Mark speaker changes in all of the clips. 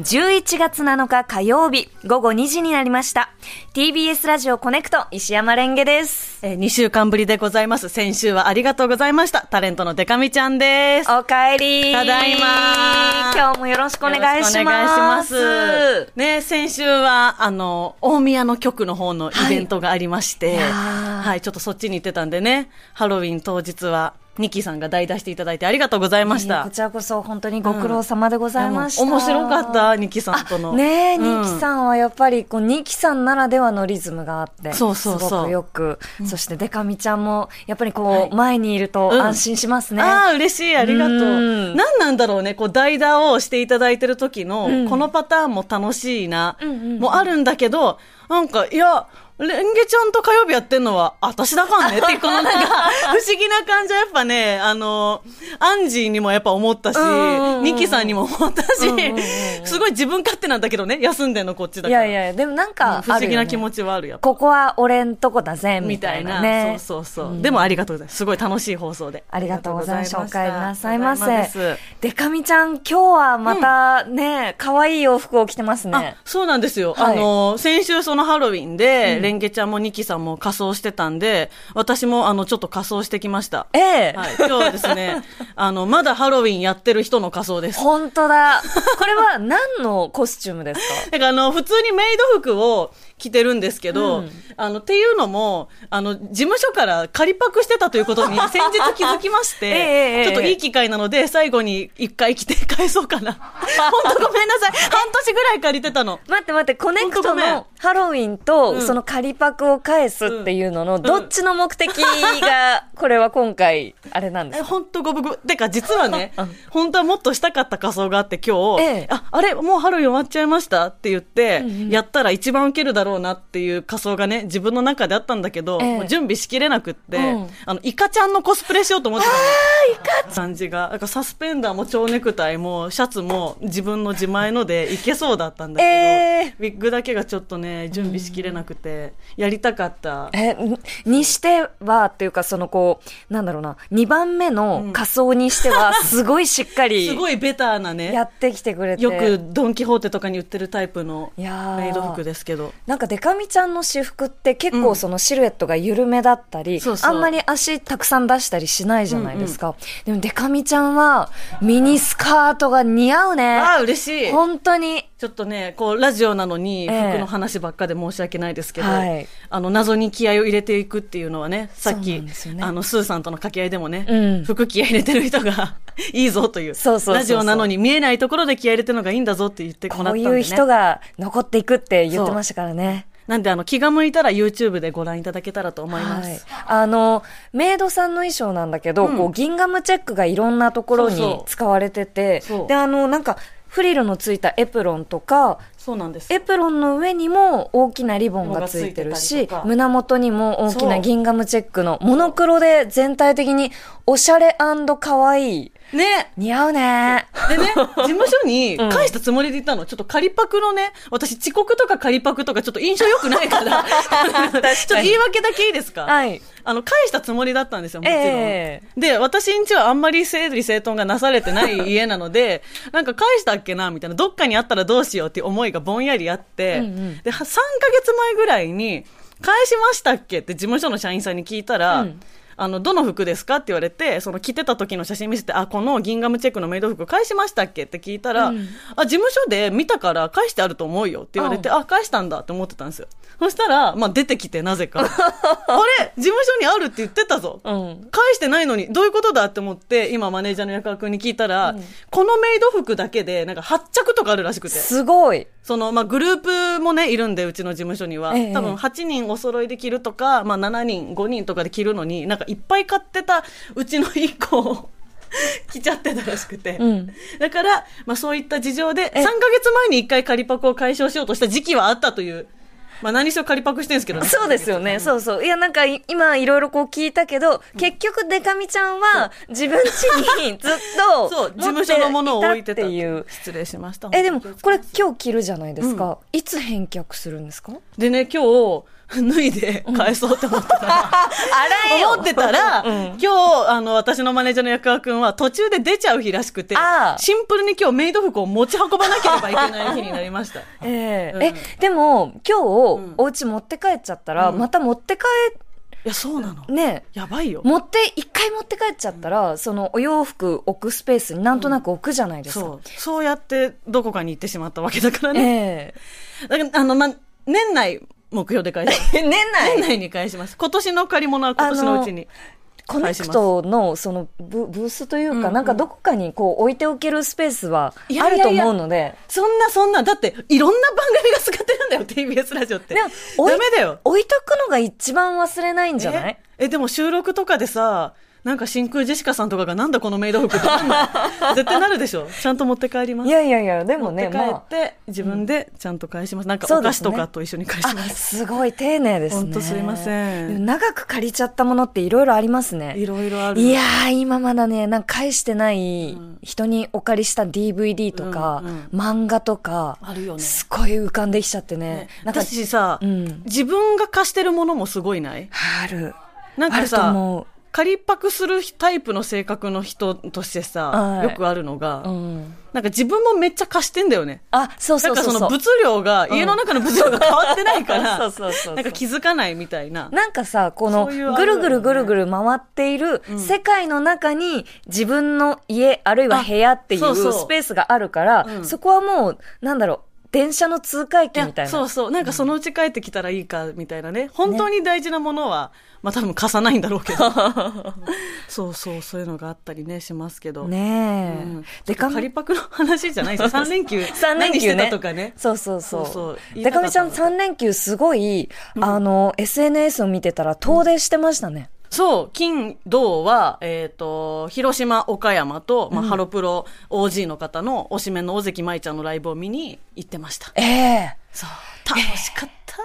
Speaker 1: 11月7日火曜日午後2時になりました TBS ラジオコネクト石山レンゲです
Speaker 2: えー、2週間ぶりでございます。先週はありがとうございました。タレントのデカミちゃんです。
Speaker 1: おかえり
Speaker 2: ただいま
Speaker 1: 今日もよろしくお願いします
Speaker 2: よろくお願いしますね、先週は、あの、大宮の局の方のイベントがありまして、
Speaker 1: いやー
Speaker 2: はい、ちょっとそっちに行ってたんでね、ハロウィン当日は、ニッキーさんが代打していただいてありがとうございまし
Speaker 1: いえいえ
Speaker 2: た
Speaker 1: こ。ちらこそ本当にご苦労様でございました、
Speaker 2: いやもう面白かった、ニッキーさんとの。
Speaker 1: ねえ、
Speaker 2: うん
Speaker 1: ニキさんはやっぱりこう、ニキさんならではのリズムがあって、
Speaker 2: そうそうそう
Speaker 1: すごくよく、そしてデカミちゃんも、やっぱりこう、
Speaker 2: はい
Speaker 1: 前にいると
Speaker 2: うん
Speaker 1: 安心しますね。
Speaker 2: ああ、嬉しい、ありがとう。
Speaker 1: うん
Speaker 2: 何なんだろうね、こう、代打をしていただいてる時の、
Speaker 1: うん
Speaker 2: このパターンも楽しいな、
Speaker 1: うんうんうん
Speaker 2: もあるんだけど、なんか、いや、レンゲちゃんと火曜日やってんのは、私 だからねっていう、このなんか、不思議な感じはやっぱね、あの、アンジーにもやっぱ思ったし、
Speaker 1: うんうんうん
Speaker 2: ニキさんにも思ったし
Speaker 1: うんうんうんうん、
Speaker 2: すごい自分勝手なんだけどね、休んでんのこっちだ
Speaker 1: い
Speaker 2: から。
Speaker 1: やいや、でもなん
Speaker 2: うん
Speaker 1: か、
Speaker 2: 不思議な気持
Speaker 1: ち。
Speaker 2: ちはあるやっぱ。
Speaker 1: ここは俺んとこだぜ、み
Speaker 2: みた
Speaker 1: た
Speaker 2: い
Speaker 1: い
Speaker 2: な。
Speaker 1: なね。
Speaker 2: そうそうそう。でもありがとうございます。すごい楽しい放送で。
Speaker 1: ありがとうございます。お帰りなさいま
Speaker 2: ありがとうござい
Speaker 1: せ
Speaker 2: ます。
Speaker 1: デカミちゃん、今日はまたね、可愛い洋服を着てますね
Speaker 2: あ。そうなんですよ、
Speaker 1: はい
Speaker 2: あの先週、そのハロウィンで、レンゲちゃんもニキさんも仮装してたんで、私もあのちょっと仮装してきました、
Speaker 1: ええ。
Speaker 2: はい、今日はですねあの、まだハロウィンやってる人の仮装です。
Speaker 1: 本当だ。これは何のコスチュームですか
Speaker 2: だからあの普通にメイド服を着てるんですけど、
Speaker 1: うん
Speaker 2: あのっていうのもあの事務所から仮パクしてたという ことに先日気づきまして、
Speaker 1: ええええ
Speaker 2: ちょっといい機会なので最後に一回着て返そう かな本当ごめんなさい半年ぐらい借りてたの
Speaker 1: 待って待って、コネクト
Speaker 2: ほんとごめん
Speaker 1: のハロウィンと、
Speaker 2: うん
Speaker 1: その仮パクを返すっていうのの、どっちの目的が、これは今回、あれなんで
Speaker 2: え、
Speaker 1: すか
Speaker 2: ほんとごぶごぶ。てか、実はね
Speaker 1: うん、
Speaker 2: 本当はもっとしたかった仮装があって今日、
Speaker 1: ええ
Speaker 2: あ、あれもうハロウィン終わっちゃいましたって言って、
Speaker 1: うんうん
Speaker 2: やったら一番ウケるだろうなっていう仮装がね、自分の中であったんだけど、
Speaker 1: ええ
Speaker 2: もう準備しきれなくって、
Speaker 1: うん
Speaker 2: あの、イカちゃんのコスプレしようと思ってたの。イカ感じが。なんかサスペンダーも蝶ネクタイも、シャツも自分の自前のでいけそうだったんだけど、
Speaker 1: え
Speaker 2: ウィッグだけがちょっとね、準備しきれなくて、やりたかった。
Speaker 1: え、ににしては、っていうか、そのこう、なんだろうな、2番目の仮装にして は、すごいしっか
Speaker 2: す
Speaker 1: り、
Speaker 2: ごいベターなね。
Speaker 1: やってきてくれて。
Speaker 2: よくドン・キホーテとかに売ってるタイプの
Speaker 1: いやー
Speaker 2: メイド服ですけど
Speaker 1: なんかデカミちゃんの私服って結
Speaker 2: う
Speaker 1: 構
Speaker 2: ん
Speaker 1: そのシルエットが緩めだったり、
Speaker 2: そうそう
Speaker 1: あんまり足たくさん出したりしないじゃないですか。でもデカミちゃんはミニスカートが似合うね。
Speaker 2: ああ嬉しい
Speaker 1: 本当に。
Speaker 2: ちょっとねこうラジオなのに服
Speaker 1: ええ
Speaker 2: の話ばっかで申し訳ないですけど、
Speaker 1: はい
Speaker 2: あの謎に気合を入れていくっていうのはねさっ
Speaker 1: そう
Speaker 2: き、
Speaker 1: なんですよね
Speaker 2: あのスーさんとの掛け合いでもね、
Speaker 1: うん
Speaker 2: 服気合入れてる人が いいぞという
Speaker 1: そうそうそうそう
Speaker 2: ラジオなのに見えないところで気合入れてるのがいいんだぞって言っても
Speaker 1: こ
Speaker 2: らった
Speaker 1: うんい
Speaker 2: で、ね、
Speaker 1: う人が残っていくって言ってましたからね。
Speaker 2: なんであの気が向いたら YouTube でご覧いただけたらと思います、
Speaker 1: はい、あのメイドさんの衣装なんだけど、
Speaker 2: うん
Speaker 1: こうギンガムチェックがいろんなところ
Speaker 2: そう
Speaker 1: に
Speaker 2: そう
Speaker 1: 使われてて
Speaker 2: そう
Speaker 1: であのなんかフリルのついたエプロンとか
Speaker 2: そうなんです
Speaker 1: エプロンの上にも大きなリボンがついてる
Speaker 2: リボンがついてたり
Speaker 1: し
Speaker 2: とか
Speaker 1: 胸元にも大き
Speaker 2: そ
Speaker 1: な
Speaker 2: う
Speaker 1: ギンガムチェックのモノクロで全体的におしゃれ可愛い
Speaker 2: ね
Speaker 1: 似合うね
Speaker 2: で ね、事務所に返したつもりでいたの。ちょっと仮パクのね、私遅刻とか仮パクとかちょっと印象良くない から、ちょっと言い訳だけいいですか、
Speaker 1: はい
Speaker 2: あの、返したつもりだったんですよ、もちろん。
Speaker 1: え
Speaker 2: で、私んちはあんまり整理整頓がなされてない 家なので、なんか返したっけな、みたいな、どっかにあったらどうしようっていう思いがぼんやりあって、
Speaker 1: うんうん
Speaker 2: で、3ヶ月前ぐらいに、返しましたっけって事務所の社員さんに聞いたら、
Speaker 1: うん
Speaker 2: あの、どの服ですかって言われて、その着てた時の写真見せて、あ、このギンガムチェックのメイド服返しましたっけって聞いたら、
Speaker 1: うん
Speaker 2: あ、事務所で見たから返してあると思うよって言われて、あ、返したんだって思ってたんですよ。そしたら、まあ出てきてなぜ か、あれ事務所にあるって言ってたぞ。
Speaker 1: うん
Speaker 2: 返してないのに、どういうことだって思って、今マネージャーの役川君に聞いたら、このメイド服だけで、なんか発着とかあるらしくて。
Speaker 1: すごい
Speaker 2: その、まあ、グループもね、いるんで、うちの事務所には。
Speaker 1: ええ
Speaker 2: 多分、8人お揃いで着るとか、まあ、7人、5人とかで着るのに、なんかいっぱい買ってたうちの1個を 着ちゃってたらしくて。
Speaker 1: うん
Speaker 2: だから、まあ、そういった事情で、3ヶ
Speaker 1: え
Speaker 2: 月前に1回仮パクを解消しようとした時期はあったという。まあ、何しろ仮パクしてるんですけどね。
Speaker 1: そうですよね。そうそう。いや、なんかい、今、いろいろこう聞いたけど、結局、デカミちゃんは、自分家にずっと、
Speaker 2: そう、事務所のものを置いてた
Speaker 1: 持っていう。
Speaker 2: 失礼しました。
Speaker 1: え、でも、これ
Speaker 2: 本当に
Speaker 1: 今日着るじゃないですか。いつ返却するんですか
Speaker 2: でね、今日、 脱いで返そうって思ってたら、
Speaker 1: 洗えよ
Speaker 2: 思ってたら、
Speaker 1: うん
Speaker 2: 今日、あの、私のマネージャーの役川くんは途中で出ちゃう日らしくて
Speaker 1: あ、あ
Speaker 2: シンプルに今日メイド服を持ち運ばなければいけ ない日になりました。
Speaker 1: ええ
Speaker 2: うん
Speaker 1: え、でも、今日、
Speaker 2: ん
Speaker 1: お家持って帰っちゃったら、
Speaker 2: うん
Speaker 1: また持って帰、
Speaker 2: いや、そうなの。
Speaker 1: ね、
Speaker 2: やばいよ。
Speaker 1: 持って、一回持って帰っちゃったら、その、お洋服置くスペースになんとなく置くじゃないですか。
Speaker 2: そう。そうやってどこかに行ってしまったわけだからね。
Speaker 1: ええ
Speaker 2: だから、あの、ま、年内目標で返します。
Speaker 1: 年
Speaker 2: 年
Speaker 1: 内、
Speaker 2: 内に返します。今年の借り物は今年のうちに。
Speaker 1: コネクトの、そのブ、ブースという
Speaker 2: うんう
Speaker 1: か、
Speaker 2: ん
Speaker 1: なんかどこかにこう置いておけるスペースはい
Speaker 2: や
Speaker 1: あ
Speaker 2: いやい
Speaker 1: る
Speaker 2: や
Speaker 1: と思うので、
Speaker 2: そんなそんな、だっていろんな番組が使ってるんだよ、TBS ラジオって。
Speaker 1: で
Speaker 2: ダ
Speaker 1: もおい
Speaker 2: メだよ。
Speaker 1: 置いとくのが一番忘れないんじゃない
Speaker 2: ええでも収録とかでさ、なんか真空ジェシカさんとかがなんだこのメイド服ってなん だ絶対なるでしょ。ちゃんと持って帰りま
Speaker 1: い
Speaker 2: す。
Speaker 1: やいやいや、でも
Speaker 2: 持って
Speaker 1: ね、
Speaker 2: 帰
Speaker 1: まあ
Speaker 2: っ、て、自分でちゃんと返します。なんか
Speaker 1: そ
Speaker 2: お
Speaker 1: うで
Speaker 2: 菓子
Speaker 1: すね
Speaker 2: とかと一緒に返し
Speaker 1: あ
Speaker 2: ます。
Speaker 1: すごい丁寧ですね。
Speaker 2: ほんとすいません
Speaker 1: でも長く借りちゃったものっていろいろありますね。
Speaker 2: いろいろある。
Speaker 1: いやー、今まだね、なんか返してない
Speaker 2: ん、
Speaker 1: 人にお借りした DVD とか、
Speaker 2: うんうん
Speaker 1: 漫画とか、
Speaker 2: あるよね。
Speaker 1: すごい浮かんできちゃってね。なんか、
Speaker 2: 私さ、
Speaker 1: うん。
Speaker 2: 自分が貸してるものもすごいない
Speaker 1: ある。
Speaker 2: なん
Speaker 1: あ
Speaker 2: か
Speaker 1: ると
Speaker 2: さ、
Speaker 1: 思う。
Speaker 2: 借りパクするタイプの性格の人としてさ、
Speaker 1: はい
Speaker 2: よくあるのが、
Speaker 1: うん。
Speaker 2: なんか自分もめっちゃ貸してんだよね。
Speaker 1: あ、そう
Speaker 2: な
Speaker 1: そ
Speaker 2: ん
Speaker 1: うそ
Speaker 2: か
Speaker 1: う
Speaker 2: そ
Speaker 1: そ
Speaker 2: の
Speaker 1: う。
Speaker 2: 物量が、
Speaker 1: ん
Speaker 2: 家の中の物量が変わってないか
Speaker 1: そ
Speaker 2: ら
Speaker 1: う、そうそうそう
Speaker 2: なんか気づかないみたいな。
Speaker 1: なんかさ、この、
Speaker 2: そういうあ
Speaker 1: ぐ
Speaker 2: る
Speaker 1: る
Speaker 2: よね
Speaker 1: ぐるぐるぐる回っている
Speaker 2: うん
Speaker 1: 世界の中に自分の家、あるいは部屋っていう
Speaker 2: あそうそう
Speaker 1: スペースがあるから、
Speaker 2: うん
Speaker 1: そこはもう、なんだろう、電車の通過駅みたいな。
Speaker 2: そうそう。なんかそのうち帰ってきたらいいか、みたいなね。本当に大事なものは、まあ多分貸さないんだろうけど。 そうそう、そういうのがあったりね、しますけど。
Speaker 1: ねえ。
Speaker 2: うん
Speaker 1: でかみ
Speaker 2: 仮パクの話じゃな いですよ。3連休。
Speaker 1: 三連休ね
Speaker 2: 何してたとかね。
Speaker 1: そうそうそう。
Speaker 2: そうそう言い
Speaker 1: で
Speaker 2: た
Speaker 1: か
Speaker 2: かった
Speaker 1: みちゃん3連休すごい、あの、SNS を見てたら遠出してましたね。
Speaker 2: そう、金、銅は、えっ、と、広島、岡山と、まあ、ハロプロ OG の方の、推しメンの尾関舞ちゃんのライブを見に行ってました。
Speaker 1: ええ
Speaker 2: そう、楽しかった。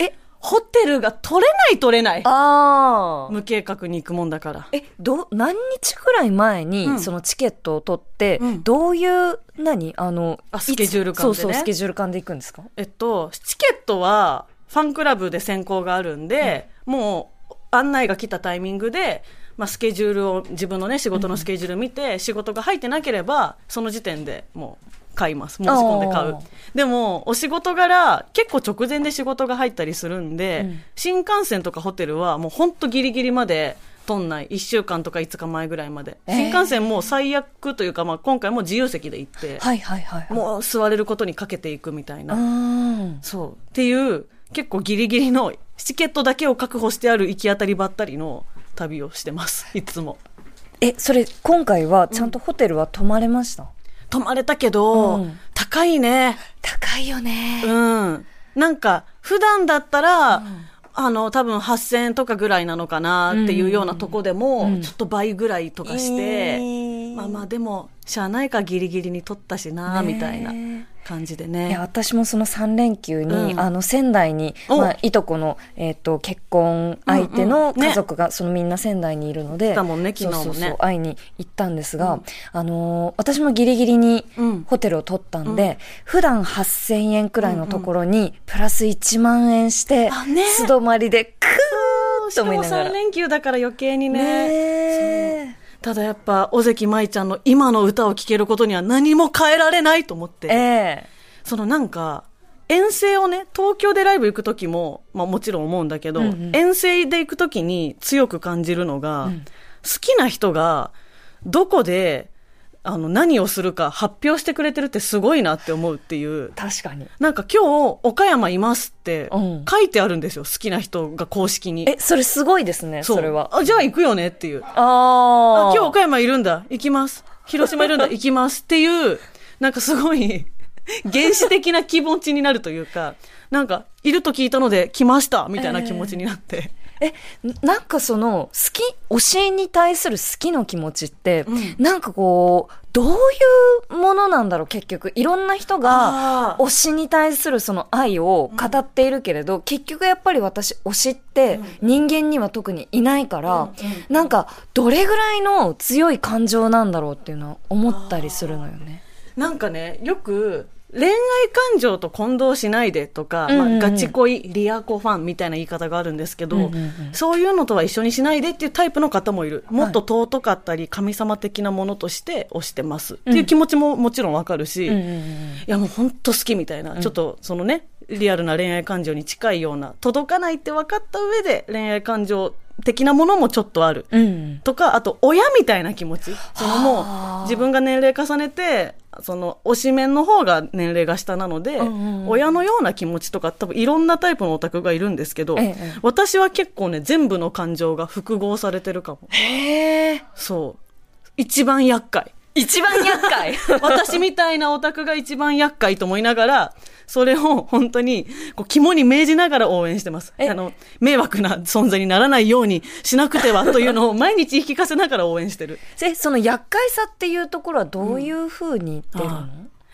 Speaker 1: え
Speaker 2: ホテルが取れない取れない。
Speaker 1: ああ。
Speaker 2: 無計画に行くもんだから。
Speaker 1: え、ど、何日くらい前に、
Speaker 2: うん
Speaker 1: そのチケットを取って、
Speaker 2: うん
Speaker 1: どういう、何あの、
Speaker 2: あ
Speaker 1: いつ
Speaker 2: スケジュール感でね
Speaker 1: そうそう、スケジュール感で行くんですか
Speaker 2: えっと、チケットは、ファンクラブで選考があるんで、もう、案内が来たタイミングで、まあ、スケジュールを、自分のね、仕事のスケジュール見て、仕事が入ってなければ、その時点でもう、買います。申し込んで買
Speaker 1: あ
Speaker 2: う
Speaker 1: ー。
Speaker 2: でも、お仕事柄、結構直前で仕事が入ったりするんで、
Speaker 1: うん
Speaker 2: 新幹線とかホテルは、もうほんとギリギリまで、取んない。1週間とか5日前ぐらいまで。
Speaker 1: えー
Speaker 2: 新幹線も最悪というか、まあ、今回も自由席で行って、
Speaker 1: はいはいはい。う、
Speaker 2: もう座れることにかけていくみたいな。
Speaker 1: ん。
Speaker 2: そう。っていう、結構ギリギリの、チケットだけを確保してある行き当たりばったりの旅をしてます。いつも。
Speaker 1: え、それ、今回は、ちゃんとホテルは泊まれました、
Speaker 2: 泊まれたけど、
Speaker 1: うん
Speaker 2: 高いね。
Speaker 1: 高いよね
Speaker 2: うん。なんか、普段だったら、あの、多分8000円とかぐらいなのかなっていうようなとこでも、
Speaker 1: うん
Speaker 2: ちょっと倍ぐらいとかして、
Speaker 1: えー
Speaker 2: まあまあでも、しゃあないかギリギリに取ったしな、みたいな
Speaker 1: ね
Speaker 2: 感じで
Speaker 1: いや
Speaker 2: ね。
Speaker 1: 私もその3連休に、
Speaker 2: うん
Speaker 1: あの仙台に、
Speaker 2: お
Speaker 1: まあ、いとこの、えっと結婚相手
Speaker 2: うんう
Speaker 1: の
Speaker 2: んね
Speaker 1: 家族が、そのみんな仙台にいるので
Speaker 2: だもんね昨日もね
Speaker 1: そうそうそう会いに行ったんですが、あのー私もギリギリに
Speaker 2: うん
Speaker 1: ホテルを取ったん
Speaker 2: う
Speaker 1: で、普段8000円くらいのところにプラス1万円して、
Speaker 2: あね
Speaker 1: 素泊まりでクーッ
Speaker 2: し
Speaker 1: と
Speaker 2: か
Speaker 1: 思い
Speaker 2: も
Speaker 1: なが
Speaker 2: 3
Speaker 1: ら。
Speaker 2: 連休だから余計に
Speaker 1: ねえ
Speaker 2: ただやっぱ、尾関舞ちゃんの今の歌を聴けることには何も変えられないと思って、
Speaker 1: ええ
Speaker 2: そのなんか、遠征をね、東京でライブ行く時も、まあもちろん思うんだけど、
Speaker 1: うんうん
Speaker 2: 遠征で行く時に強く感じるのが、
Speaker 1: うん
Speaker 2: 好きな人が、どこで、あの、何をするか発表してくれてるってすごいなって思うっていう。
Speaker 1: 確かに。
Speaker 2: なんか今日、岡山いますって
Speaker 1: うん
Speaker 2: 書いてあるんですよ、好きな人が公式に。
Speaker 1: え、それすごいですね、
Speaker 2: う
Speaker 1: それは。
Speaker 2: あ、じゃあ行くよねっていう。
Speaker 1: ああ
Speaker 2: あ今日岡山いるんだ、行きます。広島 いるんだ、行きます。っていう、なんかすごい、原始的な気持ちになるというか、なんか、いると聞いたので来ました、みたいな気持ちになって。
Speaker 1: えななんかその好き推しに対する好きの気持ちって、
Speaker 2: うん
Speaker 1: なんかこうどういうものなんだろう結局いろんな人が
Speaker 2: あー
Speaker 1: 推しに対するその愛を語っているけれど、結局やっぱり私推しって人間には特にいないから、なんかどれぐらいの強い感情なんだろうっていうのは思ったりするのよね。
Speaker 2: なんかね、よく、恋愛感情と混同しないでとか、
Speaker 1: うんうんうん
Speaker 2: まあ、ガチ恋、リアコファンみたいな言い方があるんですけど、
Speaker 1: うんうんうん
Speaker 2: そういうのとは一緒にしないでっていうタイプの方もいる。もっと尊かったり、神様的なものとして推してます。っていう気持ちももちろんわかるし、
Speaker 1: うんう
Speaker 2: い
Speaker 1: んうん
Speaker 2: やもう本当好きみたいな、ちょっとそのね、リアルな恋愛感情に近いような、届かないって分かった上で恋愛感情的なものもちょっとある。
Speaker 1: うんうん
Speaker 2: とか、あと、親みたいな気持ち。その
Speaker 1: は
Speaker 2: も
Speaker 1: あ
Speaker 2: う、自分が年齢重ねて、その、推しメンの方が年齢が下なので、
Speaker 1: うんうんうん
Speaker 2: 親のような気持ちとか、多分いろんなタイプのオタクがいるんですけど、
Speaker 1: ええ
Speaker 2: 私は結構ね、全部の感情が複合されてるかも。
Speaker 1: へえ
Speaker 2: そう。一番厄介。
Speaker 1: 一番厄介
Speaker 2: 私みたいなオタクが一番厄介と思いながら、それを本当に、こう、肝に銘じながら応援してます。
Speaker 1: え
Speaker 2: あの、迷惑な存在にならないようにしなくてはというのを毎日言い聞かせながら応援してる。
Speaker 1: でその厄介さっていうところはどういうふうに言ってるの、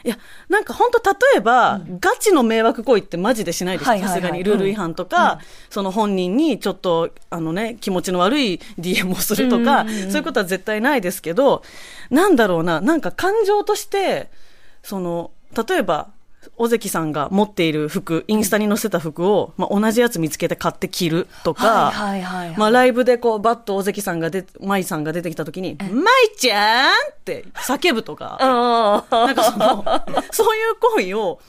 Speaker 2: いや、なんか本当例えば、ガチの迷惑行為ってマジでしないです
Speaker 1: は
Speaker 2: さ
Speaker 1: いはいはい
Speaker 2: すがに。ルール違反とか、その本人にちょっと、あのね、気持ちの悪い DM をするとか、
Speaker 1: うんうんうんうん
Speaker 2: そういうことは絶対ないですけど、なんだろうな、なんか感情として、その、例えば、尾関さんが持っている服、インスタに載せた服を、まあ、同じやつ見つけて買って着るとか、
Speaker 1: はいはいはいはい
Speaker 2: まあ、ライブでこう、バッと尾関さんが出、舞さんが出てきた時に、舞ちゃんって叫ぶ とか、なんかその、 そういう行為を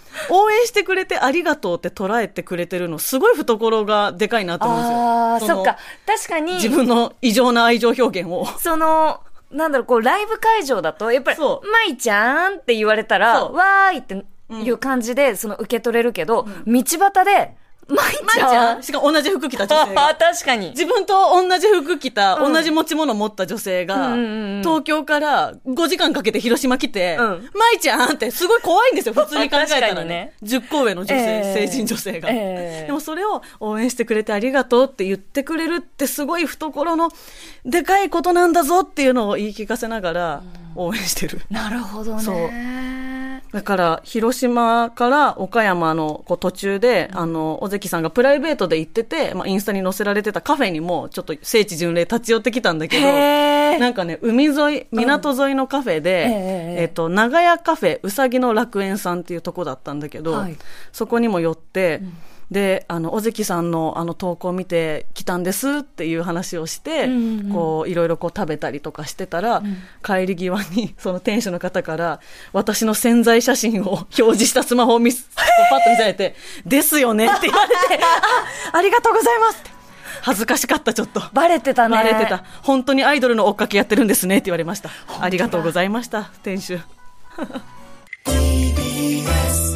Speaker 2: 応援してくれてありがとうって捉えてくれてるの、すごい懐がでかいなと思うんですよ。
Speaker 1: ああ、
Speaker 2: の
Speaker 1: そっか。。確かに、
Speaker 2: 自分の異常な愛情表現を。
Speaker 1: その、なんだろう、こう、ライブ会場だと、やっぱり、
Speaker 2: そう
Speaker 1: まいちゃんって言われたら、
Speaker 2: そう
Speaker 1: わーいっていう感じで、その、受け取れるけど、道端で、まいちゃん
Speaker 2: しかも同じ服着た女性
Speaker 1: あ
Speaker 2: が。
Speaker 1: 確かに。
Speaker 2: 自分と同じ服着た、
Speaker 1: うん
Speaker 2: 同じ持ち物持った女性が、
Speaker 1: うんうんうん
Speaker 2: 東京から5時間かけて広島来て、
Speaker 1: う
Speaker 2: ま
Speaker 1: ん
Speaker 2: いちゃんってすごい怖いんですよ、普通に考えた
Speaker 1: 確からに
Speaker 2: ね
Speaker 1: ね。
Speaker 2: 10個上の女性、
Speaker 1: ええ
Speaker 2: 成人女性が、
Speaker 1: ええ
Speaker 2: でもそれを応援してくれてありがとうって言ってくれるってすごい懐のでかいことなんだぞっていうのを言い聞かせながら応援してる。
Speaker 1: なるほど
Speaker 2: そう
Speaker 1: ね。
Speaker 2: だから、広島から岡山のこう途中で、あの、尾関さんがプライベートで行ってて、まあ、インスタに載せられてたカフェにも、ちょっと聖地巡礼立ち寄ってきたんだけど、
Speaker 1: へ
Speaker 2: な
Speaker 1: ー。
Speaker 2: んかね、海沿い、港沿いのカフェで、
Speaker 1: うんええ
Speaker 2: えっ、と、長屋カフェ、うさぎの楽園さんっていうとこだったんだけど、
Speaker 1: はい
Speaker 2: そこにも寄って、で、あの、尾関さんのあの投稿見て来たんですっていう話をして、
Speaker 1: うんうんうん
Speaker 2: こう、いろいろこう食べたりとかしてたら、帰り際に、 その店主の方から、私の潜在写真を 表示したスマホを見す、こうパッと見せられて、ですよねって言われて、あ、ありがとうございますって。恥ずかしかった、ちょっと。
Speaker 1: バレてたね。
Speaker 2: 慣れてた。。本当にアイドルの追っかけやってるんですねって言われました。ありがとうございました、店主。
Speaker 3: TBS